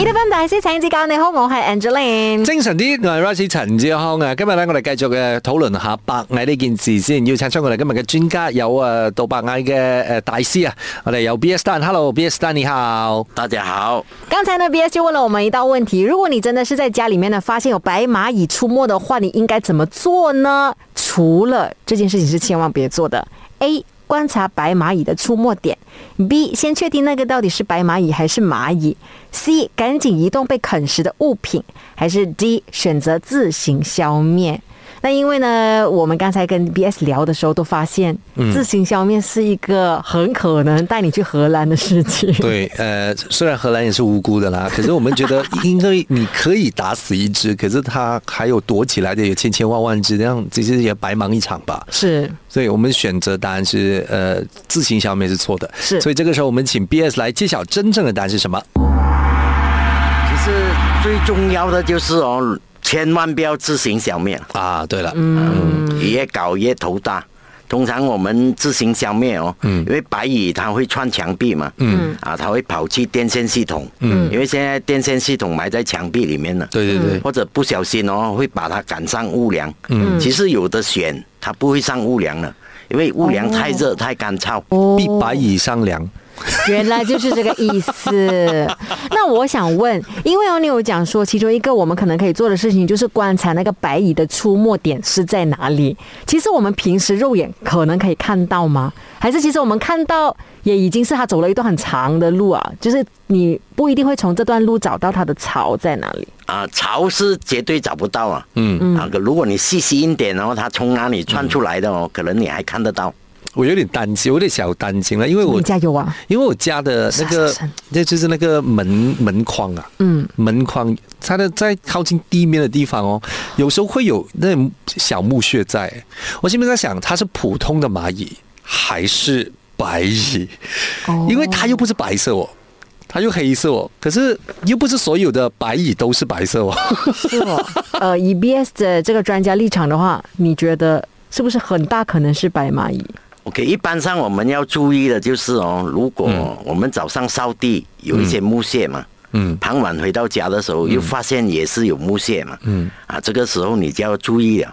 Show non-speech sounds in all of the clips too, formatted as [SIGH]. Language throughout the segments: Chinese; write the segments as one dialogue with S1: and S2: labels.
S1: E F M 大師請指教，你好，我係 Angeline。
S2: 精神啲，我系 Rice 陳志康啊！今日咧，我哋繼續嘅討論下白蟻呢件事先，要請出我哋今日嘅專家，有啊杜白蟻嘅诶大師啊，我哋有 B S Dan，Hello B S Dan 你好，
S3: 大家好，
S1: 剛才呢，B S 就問了我們一道問題：如果你真的是在家裡面呢，發現有白螞蟻出沒的話，你應該怎麼做呢？除了這件事情是千萬別做的，A 觀察白螞蟻的出沒點，B 先確定那個到底是白螞蟻還是螞蟻，C 趕緊移動被啃食的物品，還是 D 選擇自行消滅。那因為呢，我們剛才跟 BS 聊的時候都發現，自行消滅是一個很可能帶你去荷蘭的事情。
S2: 对，呃，虽然荷兰也是无辜的啦，可是我们觉得，因为你可以打死一只，可是它还有躲起来的有千千万万只，这样其实也白忙一场吧。
S1: [LAUGHS] 是，
S2: 所以我们选择答案是呃自行消灭是错的，
S1: 是
S2: 所以这个时候我们请 B S 来揭晓真正的答案是什么。
S3: 其实最重要的就是哦，千万不要自行消灭，
S2: 啊，对了，
S3: 嗯，越搞越头大。通常我们自行消灭哦，嗯，因为白蚁它会穿墙壁嘛，嗯，啊，它会跑去电线系统，嗯，因为现在电线系统埋在墙壁里面了，
S2: 对对对，
S3: 或者不小心哦，会把它赶上屋梁，嗯，其实有的选它不会上屋梁了，因为屋梁太热、太干燥，
S2: 必白以上梁。
S1: [LAUGHS] 原来就是这个意
S2: [LAUGHS]
S1: 思。那我想问，因为哦，你有讲说，其中一个我们可能可以做的事情就是观察那个白蚁的出没点是在哪里。其实我们平时肉眼可能可以看到吗？还是其实我们看到也已经是它走了一段很长的路啊？就是你不一定会从这段路找到它的巢在哪里。
S3: 啊，潮是绝对找不到啊。嗯啊，可如果你细心一点哦，它从哪里窜出来的
S2: 嗯
S3: 哦，可能你还看得到。
S2: 我有点担心，我有点小担心了，因为我
S1: 你加油
S2: [LAUGHS]
S1: 啊！
S2: 因为我家的那
S1: 杀
S2: 个
S1: 死神，
S2: 那就是那个门门框啊，
S1: 嗯，
S2: 门框，它的在靠近地面的地方哦，有时候会有那种小木屑在。我心里面在想，它是普通的蚂蚁还是白蚁？
S1: 哦
S2: 因为它又不是白色哦，它又黑色哦，可是又不是所有的白蚁都是白色哦。
S1: 是哦，呃，以 BS 的这个专家立场的话，你觉得是不是很大可能是白蚂蚁？
S3: OK，一般上我们要注意的就是哦，如果我们早上烧地有一些木屑嘛，
S2: 嗯
S3: 傍晚回到家的时候又发现也是有木屑嘛，嗯，啊，这个时候你就要注意了。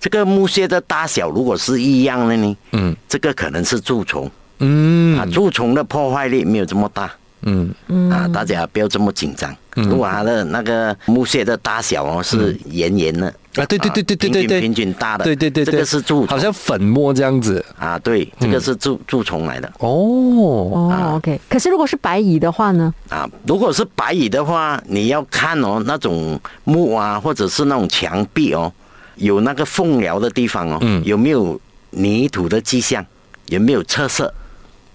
S3: 这个木屑的大小如果是一样的呢，
S2: 嗯，
S3: 这个可能是蛀虫
S2: [LAUGHS] 嗯
S3: 啊，蛀虫的破坏力没有这么大，
S2: 嗯，
S3: 啊，大家不要这么紧张。如果它的那个木屑的大小哦
S2: 嗯
S3: 是圆圆的
S2: 啊，对对对对对
S3: 平
S2: 对
S3: 均
S2: 对，
S3: 平均大的，
S2: 对对对，
S3: 这
S2: 对
S3: 个是蛀
S2: 好
S3: 虫
S2: 像粉末这样子
S3: 啊，对，
S2: 嗯
S3: 这个是蛀蛀虫来的
S2: 哦。
S1: 哦，OK。可是如果是白蚁的话呢？
S3: 啊。如果是白蚁的话，你要看哦，那种木啊，或者是那种墙壁哦，有那个缝疗的地方哦，
S2: 嗯
S3: 有没有泥土的迹象？有没有侧色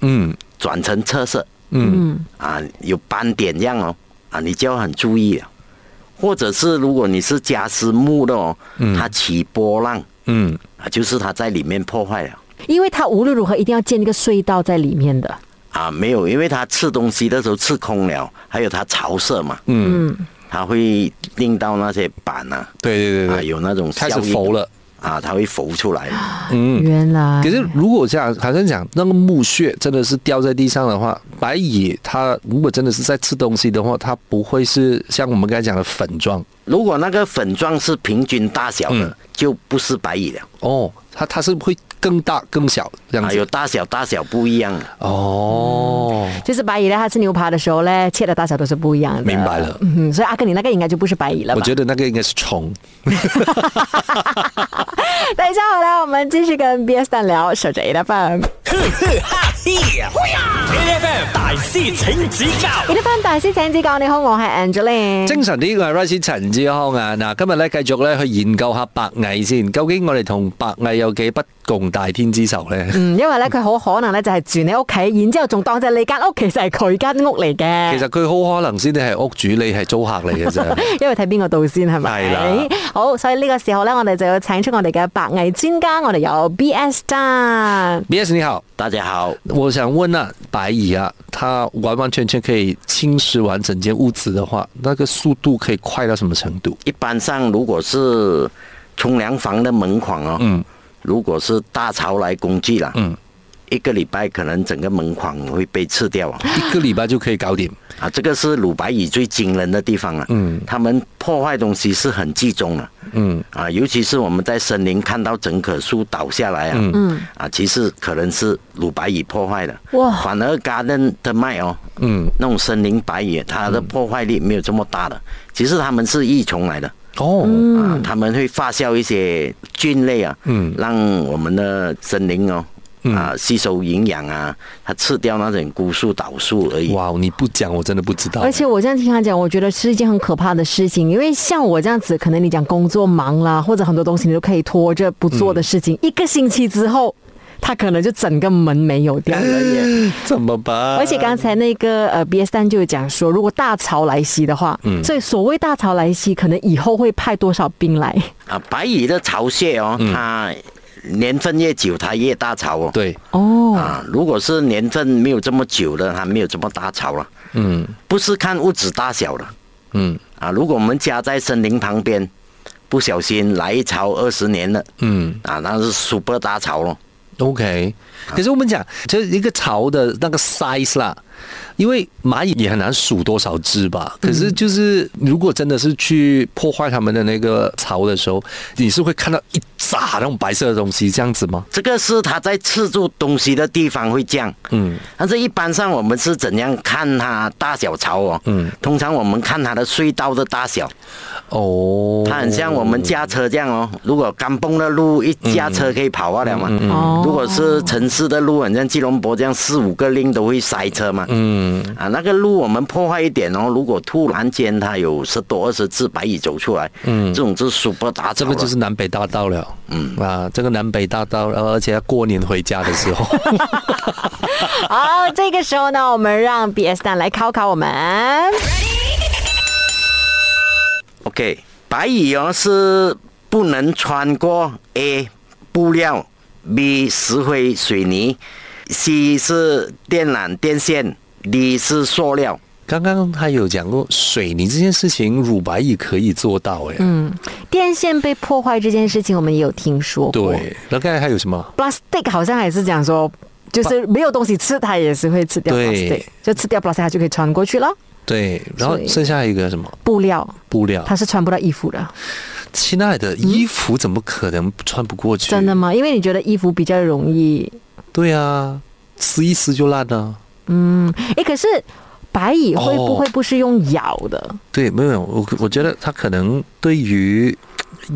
S2: 嗯
S3: 转成侧色？
S2: 嗯
S1: 嗯，
S3: 啊，有斑点样哦，啊，你就要很注意了。或者是如果你是家私木的哦，它起波浪
S2: 嗯，
S3: 啊，就是它在里面破坏了
S1: 因为它无论如何一定要建一个隧道在里面的。
S3: 啊，没有，因为它吃东西的时候吃空了，还有它潮湿嘛，
S1: 嗯，
S3: 它会令到那些板啊
S2: 对对
S3: 啊
S2: 对对，
S3: 有那种
S2: 开始
S3: 效应
S2: 浮了。
S3: 啊，它会浮出来。
S2: 嗯，
S1: 原来
S2: 可是如果这样，好像讲那个木屑真的是掉在地上的话，白蚁它如果真的是在吃东西的话，它不会是像我们刚才讲的粉状
S3: 如果那个粉状是平均大小的，
S2: 嗯
S3: 就不是白蚁了
S2: 哦，它它是会更大更小这样
S3: 啊，
S2: 子。
S3: 有大小大小不一样的。
S2: 哦，
S3: 嗯
S1: 就是白蚁呢，它吃牛扒的时候呢，切的大小都是不一样的。
S2: 明白了
S1: 嗯，所以阿哥你那个应该就不是白蚁了吧？
S2: 我觉得那个应该是虫。
S1: 等一下回来，我们继续跟 BS 蛋聊，守着 A F M。
S4: F 大师请指教
S1: A F M 大师请指教，你好，我係 Angeline。
S2: 精神啲嘅系 Rice 陳志康啊！嗱，今日咧繼續咧去研究下白蟻先，究竟我哋同白蟻有幾不共戴天之仇咧？
S1: 嗯，因為咧佢好可能咧就係住你屋企，然之後仲當就你間屋，其實係佢間屋嚟嘅。
S2: 其實佢好可能先至係屋主，你係租客嚟嘅啫。
S1: [LAUGHS] 因為睇邊個到先係咪？
S2: 係啦
S1: 好，所以呢個時候咧，我哋就要請出我哋嘅白藝專家，我哋有 B.S. 丹。
S2: B.S. 你好，
S3: 大家好，
S2: 我想问啊，白蚁啊，它完完全全可以侵蚀完整间屋子的话，那个速度可以快到什么程
S1: [LAUGHS]
S2: 度？
S3: 一般上如果是冲凉房的门框哦，
S2: 嗯
S3: 如果是大潮来攻击了，
S2: 嗯，
S3: 一个礼拜可能整个门框会被吃
S2: [LAUGHS]
S3: 掉啊！
S2: 一个礼拜就可以搞定。
S3: 啊，这个是鲁白蚁最惊人的地方了。嗯，他们破坏东西是很集中的。嗯，啊，尤其是我们在森林看到整棵树倒下来啊，嗯，啊，其实可能是鲁白蚁破坏的。
S1: 哇
S3: 反而 garden 的麦哦，嗯，那种森林白蚁，它的破坏力没有这么大的。其实它们是益虫来的。
S2: 哦，
S1: 嗯
S3: 啊，他们会发酵一些菌类啊，嗯，让我们的森林哦，啊，吸收营养啊，它吃掉那种菇素、导素而已。
S2: 哇，你不讲我真的不知道。
S1: 而且我这样听他讲，我觉得是一件很可怕的事情，因为像我这样子，可能你讲工作忙啦，或者很多东西你都可以拖着不做的事情，一个星期之后，他可能就整个门没有掉了耶。
S2: 怎么办？
S1: 而且刚才那个呃，B S 三就有讲说，如果大潮来袭的话，所以所谓大潮来袭，可能以后会派多少兵来？
S3: 啊，白蚁的巢穴哦，它年份越久，它越大巢哦。。
S2: 嗯对，
S1: 哦，
S3: 啊，如果是年份没有这么久的，它没有这么大巢了。
S2: 嗯
S3: 不是看物质大小的
S2: 嗯
S3: 啊，如果我们家在森林旁边，不小心来一巢二十年了，
S2: 嗯
S3: 啊，那是 super 大巢咯。
S2: ，OK。可是我们讲，就是一个巢的那个 size 啦，因为蚂蚁也很难数多少只吧。可是就是如果真的是去破坏它们的那个巢的时候，你是会看到一扎那种白色的东西这样子吗？
S3: 这个是它在吃住东西的地方会降，
S2: 嗯，
S3: 但是一般上我们是怎样看它大小巢哦？
S2: 嗯，
S3: 通常我们看它的隧道的大小，
S2: 哦，
S3: 它很像我们驾车这样哦。如果干崩的路，一驾车可以跑啊了
S2: 嗯
S3: 嘛。
S1: 哦
S3: 如果是城市的路，很像吉隆坡这样四五个令都会塞车嘛。
S2: 嗯
S3: 啊，那个路我们破坏一点哦，如果突然间它有十多二十只白蚁走出来，嗯，这种就是 super 大
S2: 啊这
S3: 潮
S2: 个
S3: 了。
S2: 就是南北大道了，嗯啊，这个南北大道，而且过年回家的时候， [LAUGHS]
S1: 好，这个时候呢，我们让 B S 蛋来考考我们。
S3: OK，白蚁哦是不能穿过 A 布料，B 石灰水泥，C 是电缆电线，D 是塑料。
S2: 刚刚他有讲过水泥这件事情，乳白也可以做到哎、
S1: 嗯，电线被破坏这件事情，我们也有听说过。
S2: 对，那刚才还有什么？
S1: ，plastic 好像也是讲说，哦就是没有东西吃，它也是会吃掉
S2: 对
S1: plastic，就吃掉 plastic，它就可以穿过去了。
S2: 对，然后
S1: 所以
S2: 剩下一个什么
S1: 布料
S2: 布料？
S1: 它是穿不到衣服的，
S2: 亲爱的，衣服怎么可能穿不过去？
S1: 真的？吗？因为你觉得衣服比较容易
S2: 对啊，撕一撕就烂啊了。
S1: 哎，可是白蚁会不
S2: 哦
S1: 会不是用咬的？
S2: 对，没有，我我觉得他可能对于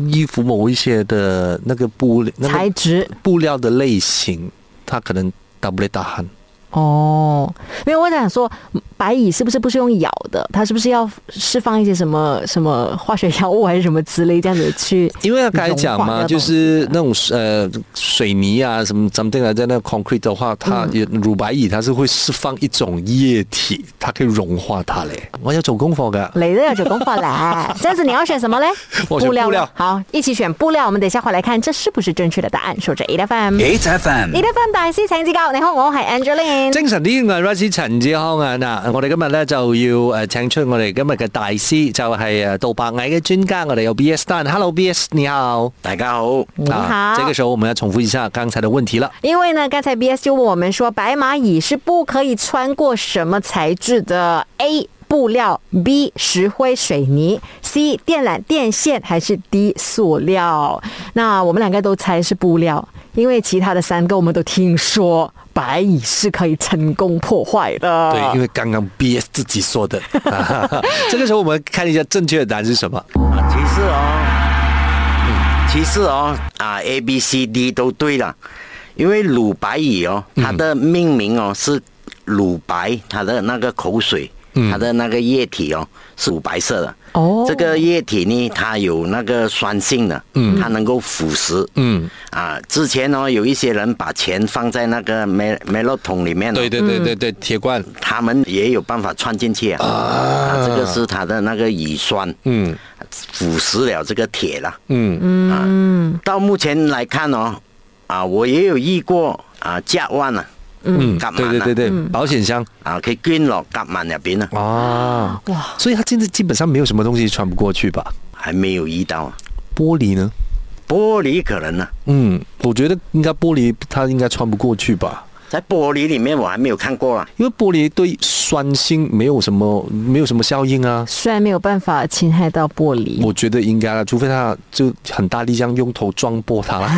S2: 衣服某一些的那个布料、那
S1: 材
S2: 个
S1: 质
S2: 布料的类型，他可能打不了大汗。
S1: 哦，没有，我想说，白蚁是不是不是用咬的？它是不是要释放一些什么什么化学药物还是什么之类这样子去？
S2: 因为刚才讲
S1: 融化
S2: 嘛，
S1: 那种
S2: 就是那种呃水泥啊什么 something 啊，在那 concrete 的话，
S1: 嗯
S2: 它也乳白蚁它是会释放一种液体，它可以融化它嘞。我要做功课噶，
S1: 雷的要九功法
S2: [LAUGHS]
S1: 来，这样子你要选什么嘞？
S2: 我选布料
S1: 好，一起选布料。我们等一下回来看这是不是正确的答案。守着 A F M，A
S4: 8FM
S1: F M 大師請指教。你好，我係 Angeline。
S2: 精神啲嘅 r i s e 陳志康啊，嗱，我哋今日咧就要誒請出我哋今日嘅大師，就係誒杜白蟻嘅專家，我哋有 B.S. 丹，Hello B.S. 你好，啊
S3: 大家好，
S1: 你好
S2: 这個時候我們要重複一下剛才的問題了。
S1: 因为呢，刚才 B S 就问我们说，白蚂蚁是不可以穿过什么材质的？A 布料，B 石灰水泥，C 电缆电线，还是 D 塑料？那我们两个都猜是布料，因为其他的三个我们都听说白蚁是可以成功破坏的。
S2: 对，因為剛剛 B.S. 自己
S1: [LAUGHS]
S2: 說的。这個時候我們看一下正確的答案是什麼。
S3: 啊，其实哦，嗯其实哦，啊，A、B、C、D 都对了，因为乳白蚁哦，它的命名哦是乳白，它的那个口水，它的那个液体哦是乳白色的。
S1: 哦
S3: 这个液体呢，它有那个酸性的，嗯，它能够腐蚀，
S2: 嗯，
S3: 啊，之前哦，有一些人把钱放在那个煤煤漏桶里面、哦，
S2: 對對對對
S1: 嗯
S2: 對，鐵罐。
S3: 他们也有办法穿进去啊。啊，这个是它的那个乙酸，嗯，腐蚀了这个铁了。
S2: 嗯。
S3: 嗯，到目前来看哦，啊，我也有遇过啊，甲烷啊，嗯甲
S2: 对
S3: 烷
S2: 对对
S3: 啊，
S2: 对，保险箱
S3: 啊，可以捐落甲烷入边啊，
S2: 啊，哇！所以它现在基本上没有什么东西穿不过去吧？
S3: 还没有遇到啊，
S2: 玻璃呢？
S3: 玻璃可能呢、啊
S2: 嗯，我觉得应该玻璃它应该穿不过去吧？
S3: 啊，在玻璃里面我还没有看过啊。
S2: 因为玻璃对酸性没有什么没有什么效应啊。
S1: 虽然没有办法侵害到玻璃，
S2: 我觉得应该啊，除非他就很大力这样用头撞破它啦。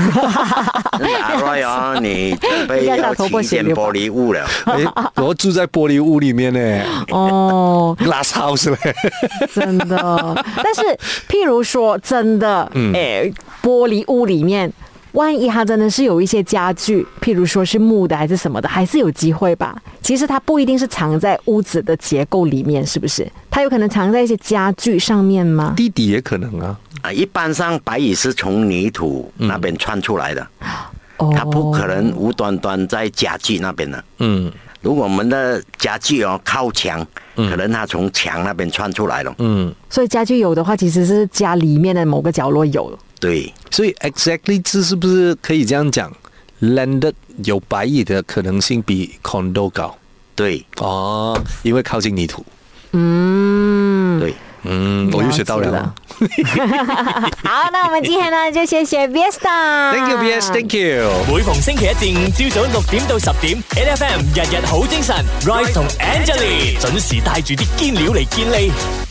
S2: [LAUGHS]
S3: 阿瑞哦，你准备要起一点玻璃屋了，
S2: 哎，我住在玻璃屋里面呢
S1: 哦，
S2: ，glass house 嘞。
S3: [LAUGHS]
S1: 真的。但是，譬如说，真的，哎、
S3: 嗯
S1: 玻璃屋里面，万一它真的是有一些家具，譬如说是木的还是什么的，还是有机会吧。其实它不一定是藏在屋子的结构里面，是不是？它有可能藏在一些家具上面吗？
S2: 弟弟也可能啊，
S3: 啊，一般上白蚁是从泥土那边窜出来的，
S1: 哦
S3: 它不可能无端端在家具那边的。啊
S2: 嗯
S3: 如果我们的家具哦靠墙，可能它从墙那边窜出来了。
S2: 嗯，
S1: 所以家具有的话，其实是家里面的某个角落有。
S3: 对，
S2: 所以 exactly 这是不是可以这样讲？landed 有白蚁的可能性比 condo 高
S3: 对，
S2: 哦，因为靠近泥土。
S1: 嗯，
S3: 对。
S2: 嗯，我又学到了。
S1: 了 [LAUGHS] 好，那我们今天呢就谢谢 v i s t a
S2: Thank you, BS. Thank you.
S4: 每逢星期一至五朝早六點到十點，N F M 日日好精神，Rise 同 Angelie 準時帶住啲堅料嚟健利。